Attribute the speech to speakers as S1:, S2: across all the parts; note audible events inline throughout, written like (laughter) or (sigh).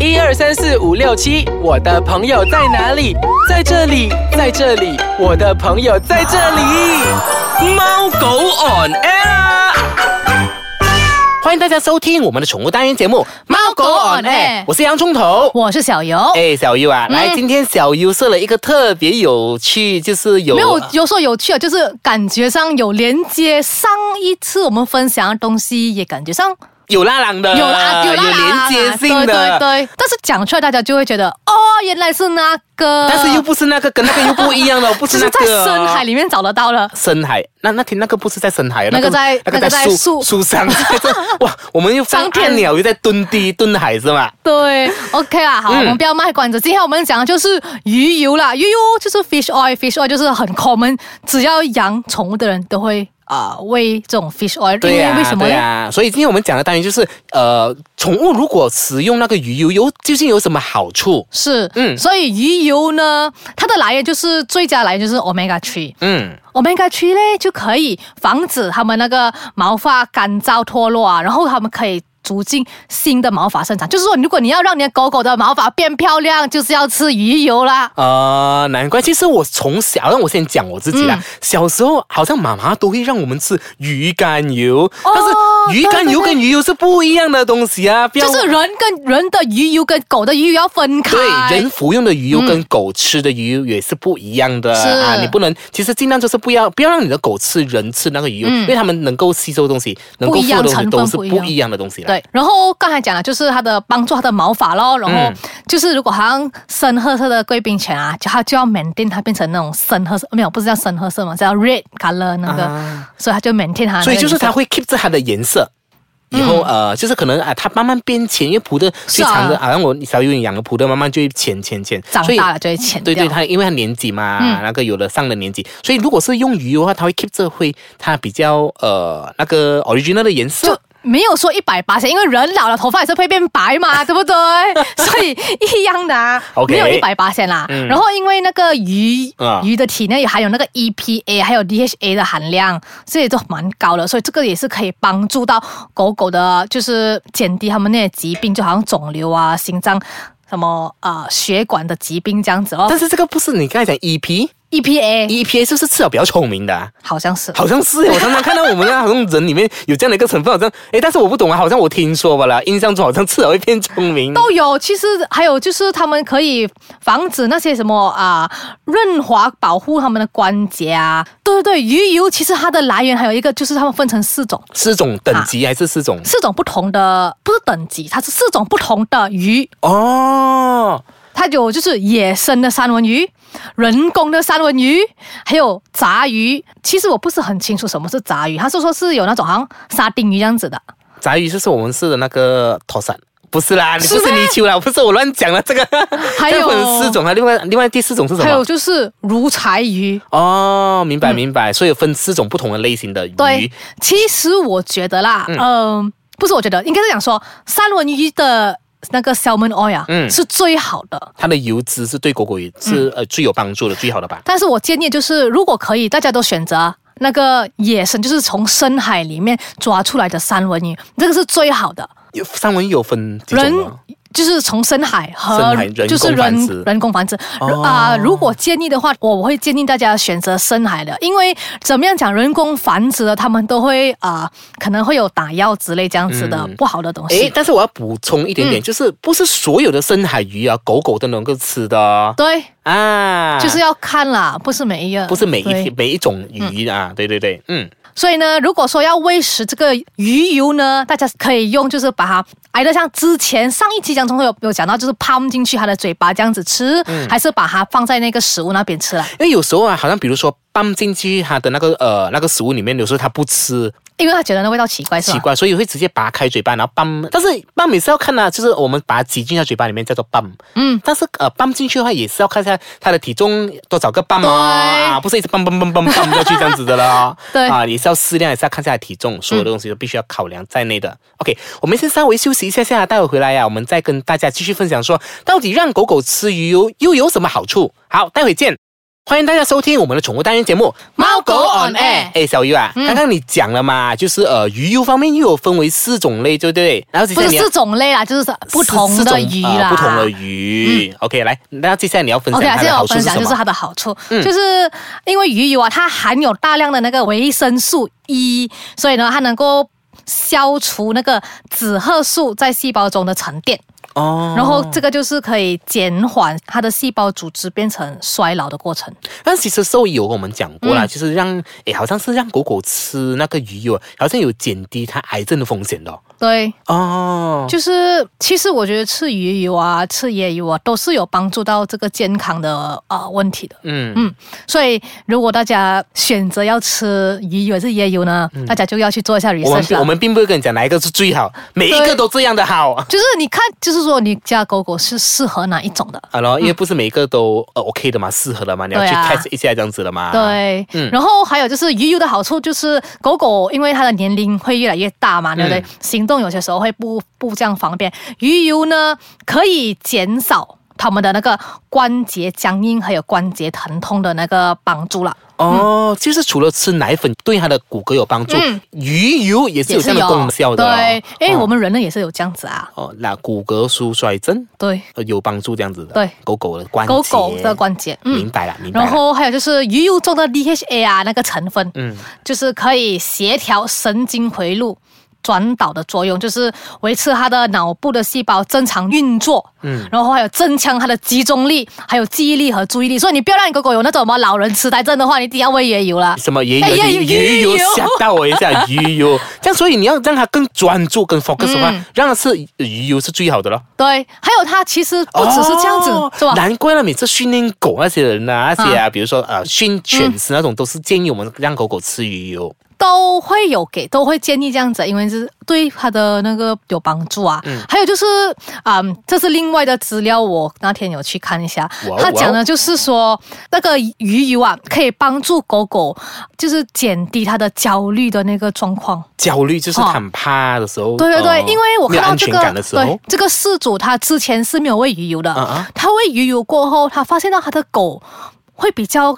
S1: 一二三四五六七，我的朋友在哪里？在这里，在这里，我的朋友在这里。
S2: 猫狗 on air 啊。
S3: 欢迎大家收听我们的宠物单元节目《猫狗 on
S4: on air
S3: 我是洋葱头。
S4: 我是小游。
S3: 哎，小优啊，来，今天小优设了一个特别有趣，就是有
S4: 没有，有时候有趣啊，就是感觉上有连接。上一次我们分享的东西，也感觉上
S3: 有拉郎的，
S4: 有啊，有啦啦啦
S3: 呃有连接性的，
S4: 对对对。但是讲出来，大家就会觉得哦，原来是那个。
S3: 但是又不是那个，跟那个又不一样了，不
S4: 就是是
S3: 那
S4: 在
S3: 个。
S4: 深海里面找得到了。
S3: 深海，那那天那个不是在深海，啊
S4: 那个在
S3: 那个
S4: 那个
S3: 在
S4: 在
S3: 树
S4: 树
S3: 树上，
S4: (laughs)
S3: 哇，我们又放
S4: 上天
S3: 暗鸟，又在蹲低蹲海是吗？ (laughs)
S4: 对，OK 啊啦，好，
S3: 嗯
S4: 我们不要卖关子。今天我们讲的就是鱼油啦，鱼油就是 fish oil，fish oil 就是很 common，只要养宠物的人都会啊、喂这种 fish oil，
S3: 对呀、
S4: 因为为什么
S3: 对
S4: 呢？
S3: 呀、所以今天我们讲的单元就是，呃，宠物如果使用那个鱼油有究竟有什么好处？
S4: 是，
S3: 嗯
S4: 嗯，所以鱼油呢，它的来源就是最佳来源就是 omega three。
S3: 嗯，
S4: omega three 呢就可以防止它们那个毛发干燥脱落啊，然后它们可以促进新的毛发生长。就是说，如果你要让你的狗狗的毛发变漂亮，就是要吃鱼油啦。
S3: 呃，难怪，其实我从小，让我先讲我自己啦。
S4: 嗯
S3: 小时候好像妈妈都会让我们吃鱼肝油，但是鱼肝油
S4: 哦对对对
S3: 跟鱼油是不一样的东西啊，不要
S4: 就是人跟人的鱼油跟狗的鱼油要分开。
S3: 对，人服用的鱼油跟狗吃的鱼油也是不一样的、
S4: 嗯是
S3: 啊，你不能，其实尽量就是不要不要让你的狗吃人吃那个鱼油，因为它们能够吸收的东西，能够
S4: 不一
S3: 付
S4: 样
S3: 的东西
S4: 成分
S3: 都是
S4: 嗯不一样
S3: 不一样的东西啦。
S4: 对，然后刚才讲了，就是它的帮助它的毛发咯，然后
S3: 嗯
S4: 就是如果好像深褐色的贵宾犬啊，就它就要 maintain 它变成那种深褐色，没有不是叫深褐色嘛，叫 red color 那个，所以它就 maintain 它的那个颜色。嗯
S3: 啊所以就是它会 keep 着它的颜色。以后、呃，就是可能啊，它慢慢变浅，因为葡萄
S4: 是
S3: 最
S4: 啊
S3: 长的，好像我小鱼养的葡萄，慢慢就会浅浅浅，
S4: 长
S3: 所以
S4: 大了就会浅
S3: 对
S4: 掉嗯
S3: 对，它因为它年纪嘛，那个有了上了年纪，所以如果是用鱼的话，它会 keep 着会它比较呃那个 original 的颜色
S4: 就。哦没有说一百八十，因为人老了头发也是会变白
S3: (laughs)
S4: 嘛，对不对？所以一样的啊
S3: OK
S4: 没有一百八十啦。
S3: 嗯
S4: 然后因为那个鱼、
S3: 啊
S4: 鱼的体内含有那个 EPA 还有 DHA 的含量，所以都蛮高的，所以这个也是可以帮助到狗狗的，就是减低它们那些疾病，就好像肿瘤啊、心脏。什么呃血管的疾病这样子哦
S3: 但是这个不是你刚才讲 E EP
S4: ，EPA
S3: EPA 是不是吃了比较聪明的、啊？
S4: 好像是
S3: 好像是耶，我常 (laughs) 常看到我们那好像人里面有这样的一个成分，好像诶，但是我不懂啊，好像我听说吧啦，印象中好像吃了会变聪明。
S4: 都有，其实还有就是他们可以防止那些什么啊、润滑，保护他们的关节啊。对对对，鱼油其实它的来源还有一个就是它们分成四种，
S3: 四种等
S4: 啊
S3: 级还是四种？
S4: 四种不同的不是等级，它是四种不同的鱼。
S3: 哦，
S4: 它有就是野生的三文鱼、人工的三文鱼，还有杂鱼。其实我不是很清楚什么是杂鱼，它是说是有那种好像沙丁鱼这样子的。
S3: 杂鱼就是我们吃的那个托散。不是啦，你
S4: 是
S3: 不是
S4: 咩
S3: 泥鳅啦，不是我乱讲了。这个
S4: 还
S3: 这
S4: 有
S3: 个分四种啊，另外另外第四种是什
S4: 还有
S3: 么？
S4: 就是如柴鱼，
S3: 哦，明白明白，所以有分四种不同的类型的鱼
S4: 对。，其实我觉得啦，
S3: 嗯
S4: 嗯、不是我觉得，应该是讲说三文鱼的那个 salmon oil 啊，
S3: 嗯
S4: 是最好的。
S3: 它的油脂是对狗狗也是、
S4: 嗯
S3: 呃最有帮助的，最好的吧？
S4: 但是我建议就是，如果可以，大家都选择那个野生，就是从深海里面抓出来的三文鱼，这个是最好的。
S3: 有三文鱼有分几
S4: 人
S3: 种吗？啊
S4: 就是从深海和
S3: 深海人工
S4: 就是
S3: 繁殖
S4: 人人工繁殖啊、
S3: 哦
S4: 如果建议的话，我我会建议大家选择深海的，因为怎么样讲，人工繁殖的他们都会啊、可能会有打药之类这样子的、不好的东西。
S3: 嗯诶，但是我要补充一点
S4: 嗯
S3: 点，就是不是所有的深海鱼啊，狗狗都能够吃的哦
S4: 对，
S3: 啊，
S4: 就是要看啦，不是每一样，
S3: 不是每一
S4: 对
S3: 天。每一种鱼啊，对对对，嗯，
S4: 所以呢，如果说要喂食这个鱼油呢，大家可以用就是把它挨得像之前上一期讲中有有讲到，就是抛进去它的嘴巴这样子吃，
S3: 嗯
S4: 还是把它放在那个食物那边吃啦。
S3: 因为有时候啊，好像比如说放进去它的那个呃那个食物里面，有时候它不吃，
S4: 因为他觉得那味道奇怪，是吧？
S3: 奇怪，所以会直接拔开嘴巴，然后棒，但是棒也是要看啊，就是我们把它挤进它嘴巴里面叫做棒，嗯，但是呃棒进去的话也是要看一下它的体重多少个棒哦，
S4: 对
S3: 啊，不是一直棒棒棒棒棒下去这样子的啦，
S4: 对
S3: 啊，也是要适量，也是要看一下体重，所有的东西都必须要考量在内的。OK，我们先稍微休息一下下，待会回来呀、啊，我们再跟大家继续分享说，到底让狗狗吃鱼油又有什么好处？好，待会见。欢迎大家收听我们的宠物单元节目《
S4: 猫狗 on air
S3: 哎，小鱼
S4: 嗯
S3: 啊，刚刚你讲了嘛，就是呃，鱼油方面又有分为四种类，对不对？然后接
S4: 不
S3: 下来
S4: 是
S3: 你要
S4: 四种类啦，就是不同
S3: 四
S4: 的
S3: 种
S4: 鱼
S3: 呃
S4: 啦，嗯
S3: 不同的鱼。OK，来，那接下来你要分享
S4: OK 啊，
S3: 它
S4: 现
S3: 的
S4: 在
S3: 好
S4: 我
S3: 处
S4: 分
S3: 是
S4: 享
S3: 什
S4: 就是它
S3: 么？嗯
S4: 的好处，就是因为鱼油啊，它含有大量的那个维生素 E，所以呢，它能够消除那个紫褐素在细胞中的沉淀，
S3: 哦
S4: 然后这个就是可以减缓它的细胞组织变成衰老的过程。
S3: 但其实兽医有跟我们讲过
S4: 嗯
S3: 啦，就是让诶，好像是让狗狗吃那个鱼油，好像有减低它癌症的风险的哦
S4: 对，
S3: 哦。
S4: 就是其实我觉得吃鱼油啊、吃椰油啊，都是有帮助到这个健康的呃问题的。
S3: 嗯
S4: 嗯，所以如果大家选择要吃鱼油还是椰油呢，大家就要去做一下
S3: 我们
S4: research 了。
S3: 嗯我们并不会跟你讲哪一个是最好，每一个
S4: 对啊
S3: 都这样的好。
S4: 就是你看，就是说你家狗狗是适合哪一种的。
S3: 啊，然后因为不是每一个都呃 OK 的嘛，适合的嘛，你要
S4: 对
S3: 去
S4: 啊
S3: test 一下这样子的嘛。
S4: 对，
S3: 嗯
S4: 然后还有就是鱼油的好处就是狗狗因为它的年龄会越来越大嘛，对不对？
S3: 嗯
S4: 行动有些时候会不不这样方便。鱼油呢可以减少它们的那个关节僵硬还有关节疼痛的那个帮助了。
S3: 哦，其实除了吃奶粉对它的骨骼有帮助，
S4: 嗯
S3: 鱼油也是有这样的功效的哦。
S4: 对，因为
S3: 哦
S4: 我们人类也是有这样子啊，
S3: 哦，那骨骼疏衰症
S4: 对，
S3: 呃有帮助这样子的。
S4: 对
S3: 狗狗的关节，
S4: 狗狗的关节，
S3: 明
S4: 嗯。
S3: 白了，明白了。
S4: 然后还有就是鱼油中的 DHA 啊，那个成分，
S3: 嗯，
S4: 就是可以协调神经回路转导的作用，就是维持它的脑部的细胞正常运作。嗯，然后还有增强它的集中力，还有记忆力和注意力。所以你不要让你狗狗有那种什么老人痴呆症的话，你一定要喂椰油啦。
S3: 什么也
S4: 哎
S3: 有
S4: 呀
S3: 你鱼
S4: 鱼
S3: 油
S4: 油
S3: 吓到我一下，鱼
S4: (laughs)
S3: 油。这样，所以你要让它更专注、
S4: 嗯
S3: 更 focus 的话，让它吃呃鱼油是最好的咯。
S4: 对，还有它其实不只是这样子，
S3: 哦
S4: 是吧？
S3: 难怪了，每次训练狗那些人啊，那些啊，比如说呃训
S4: 嗯
S3: 犬师那种，都是建议我们让狗狗吃鱼油。
S4: 都会有给，都会建议这样子，因为是对他的那个有帮助啊。还有就是，嗯，这是另外的资料，我那天有去看一下
S3: 哇哦，
S4: 他讲的就是说，那个鱼油啊，可以帮助狗狗，就是减低它的焦虑的那个状况。
S3: 焦虑就是很怕的时
S4: 哦
S3: 候。
S4: 对对对，
S3: 呃
S4: 因为我
S3: 没有
S4: 看到
S3: 安
S4: 这
S3: 全
S4: 个
S3: 感的时候
S4: 对，这个事主他之前是没有喂鱼油的，
S3: 嗯嗯
S4: 他喂鱼油过后，他发现到他的狗会比较。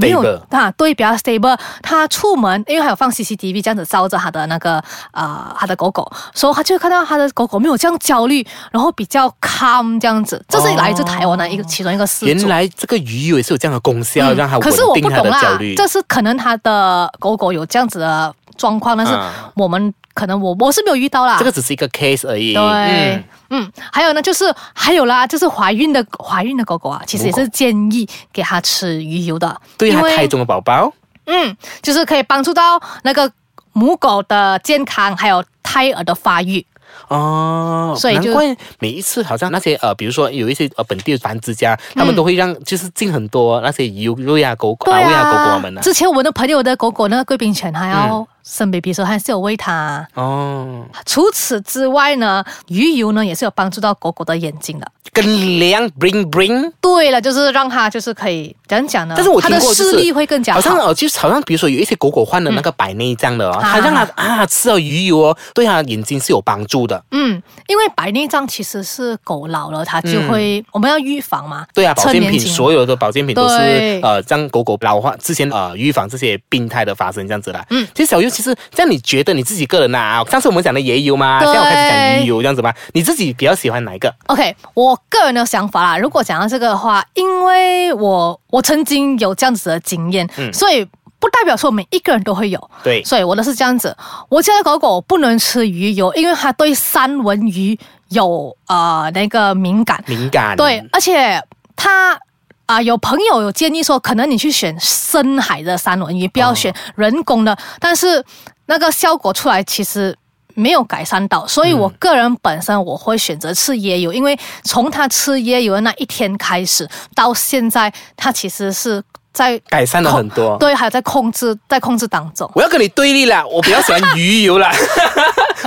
S4: 没有
S3: Stable
S4: 啊，对，比较 stable。他出门，因为还有放 CCTV 这样子照着他的那个呃他的狗狗，所以他就会看到他的狗狗没有这样焦虑，然后比较 calm 这样子。这是来自台湾的
S3: 哦
S4: 一个、其中一个事主
S3: 原。来这个鱼油也是有这样的功效，让它
S4: 嗯可
S3: 稳
S4: 是我
S3: 定
S4: 不
S3: 它
S4: 懂
S3: 的焦
S4: 啦
S3: 虑，。
S4: 这是可能他的狗狗有这样子的状况，但是
S3: 嗯
S4: 我们、可能我我是没有遇到啦。
S3: 这个只是一个 case 而已。
S4: 啊对
S3: 嗯，
S4: 嗯，还有呢，就是还有啦，就是怀孕的怀孕的狗狗啊，其实也是建议给它吃鱼油的，
S3: 对
S4: 因
S3: 它
S4: 为
S3: 胎中的宝宝，
S4: 嗯，就是可以帮助到那个母狗的健康，还有胎儿的发育。
S3: 哦，
S4: 所以就
S3: 难怪每一次好像那些呃，比如说有一些呃本地的繁殖家，
S4: 嗯
S3: 他们都会让就是进很多那些油肉呀狗狗啊，喂呀狗狗们啊。嗯
S4: 之前我们的朋友的狗狗那个贵宾犬，还要生 baby 的时候，还是有喂它。
S3: 哦，
S4: 除此之外呢，鱼油呢也是有帮助到狗狗的眼睛的。
S3: 跟量 bring bring。
S4: 对了，就是让它就是可以怎样讲呢？
S3: 但是我
S4: 它
S3: 听
S4: 的
S3: 过、就是、
S4: 视力会更加
S3: 好像哦，就是好像比如说有一些狗狗患了
S4: 嗯
S3: 那个白内障的哦，它让它啊吃了鱼油哦，对它眼睛是有帮助的。
S4: 嗯，因为白内障其实是狗老了，它就会、我们要预防嘛。
S3: 嗯对啊，保
S4: 趁
S3: 健
S4: 年
S3: 品
S4: 轻
S3: 所有的保健品都是
S4: 对
S3: 呃让狗狗老化之前呃预防这些病态的发生这样子啦。
S4: 嗯
S3: 其实小优，其实这样你觉得你自己个人啊，上次我们讲的椰油嘛，现在我开始讲鱼油这样子嘛，你自己比较喜欢哪一个？
S4: OK，我个人的想法啦，如果讲到这个的话，因为我我曾经有这样子的经验，所以不代表说每一个人都会有。
S3: 嗯对
S4: 所以我的是这样子，我家的狗狗不能吃鱼油，因为它对三文鱼有呃那个敏感。
S3: 敏感
S4: 对，而且它啊、有朋友有建议说，可能你去选深海的三文鱼，不
S3: 哦
S4: 要选人工的，但是那个效果出来其实。没有改善到，所以我
S3: 嗯
S4: 个人本身我会选择吃椰油，因为从他吃椰油的那一天开始到现在，他其实是在
S3: 改善了很多。
S4: 对，还有在控制，在控制当中。
S3: 我要跟你对立啦，我比较喜欢鱼
S4: (laughs)
S3: 油啦。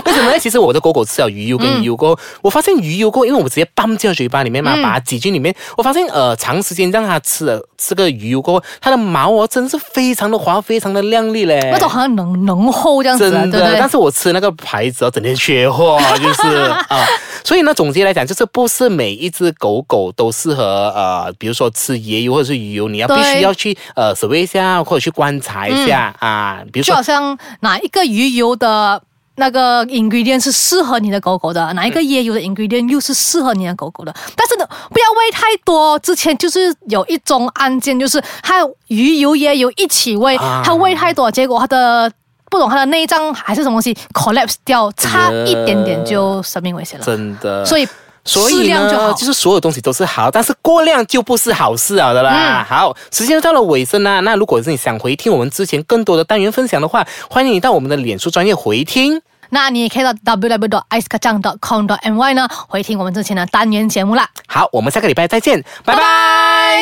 S3: 为什么呢？其实我的狗狗吃了鱼油
S4: 嗯
S3: 跟鱼油过后，我发现鱼油过后，因为我们直接拌进了嘴巴里面嘛，把它挤进里面，我发现呃，长时间让它吃了这个鱼油过后，它的毛哦真是非常的滑，非常的亮丽嘞。
S4: 那种好像浓浓厚这样子
S3: 真
S4: 的，
S3: 的，
S4: 对不对？
S3: 但是我吃那个牌子哦，整天缺货，就是
S4: (laughs)
S3: 啊、所以呢，总结来讲，就是不是每一只狗狗都适合呃，比如说吃椰油或者是鱼油，你要必
S4: 对嗯
S3: 须要去呃 survey 一下，或者去观察一下、啊，比如
S4: 就
S3: 说
S4: 好像哪一个鱼油的那个 ingredient 是适合你的狗狗的，哪一个椰
S3: 嗯
S4: 油的 ingredient 又是适合你的狗狗的。但是呢，不要喂太多。之前就是有一宗案件，就是它鱼油椰油一起喂，
S3: 啊
S4: 它喂太多，结果它的。不懂它的内脏还是什么东西 collapse 掉，差一点点就生命危险了。
S3: 真的，
S4: 所以
S3: 所以
S4: 适量
S3: 呢，
S4: 就好。
S3: 是所有东西都是好，但是过量就不是好事了的
S4: 嗯
S3: 啦。好，时间到了尾声啦、那如果是你想回听我们之前更多的单元分享的话，欢迎你到我们的脸书专业回听。
S4: 那你也可以到 www. i c e k a c a n g com. my 呢回听我们之前的单元节目啦。
S3: 好，我们下个礼拜再见，拜拜。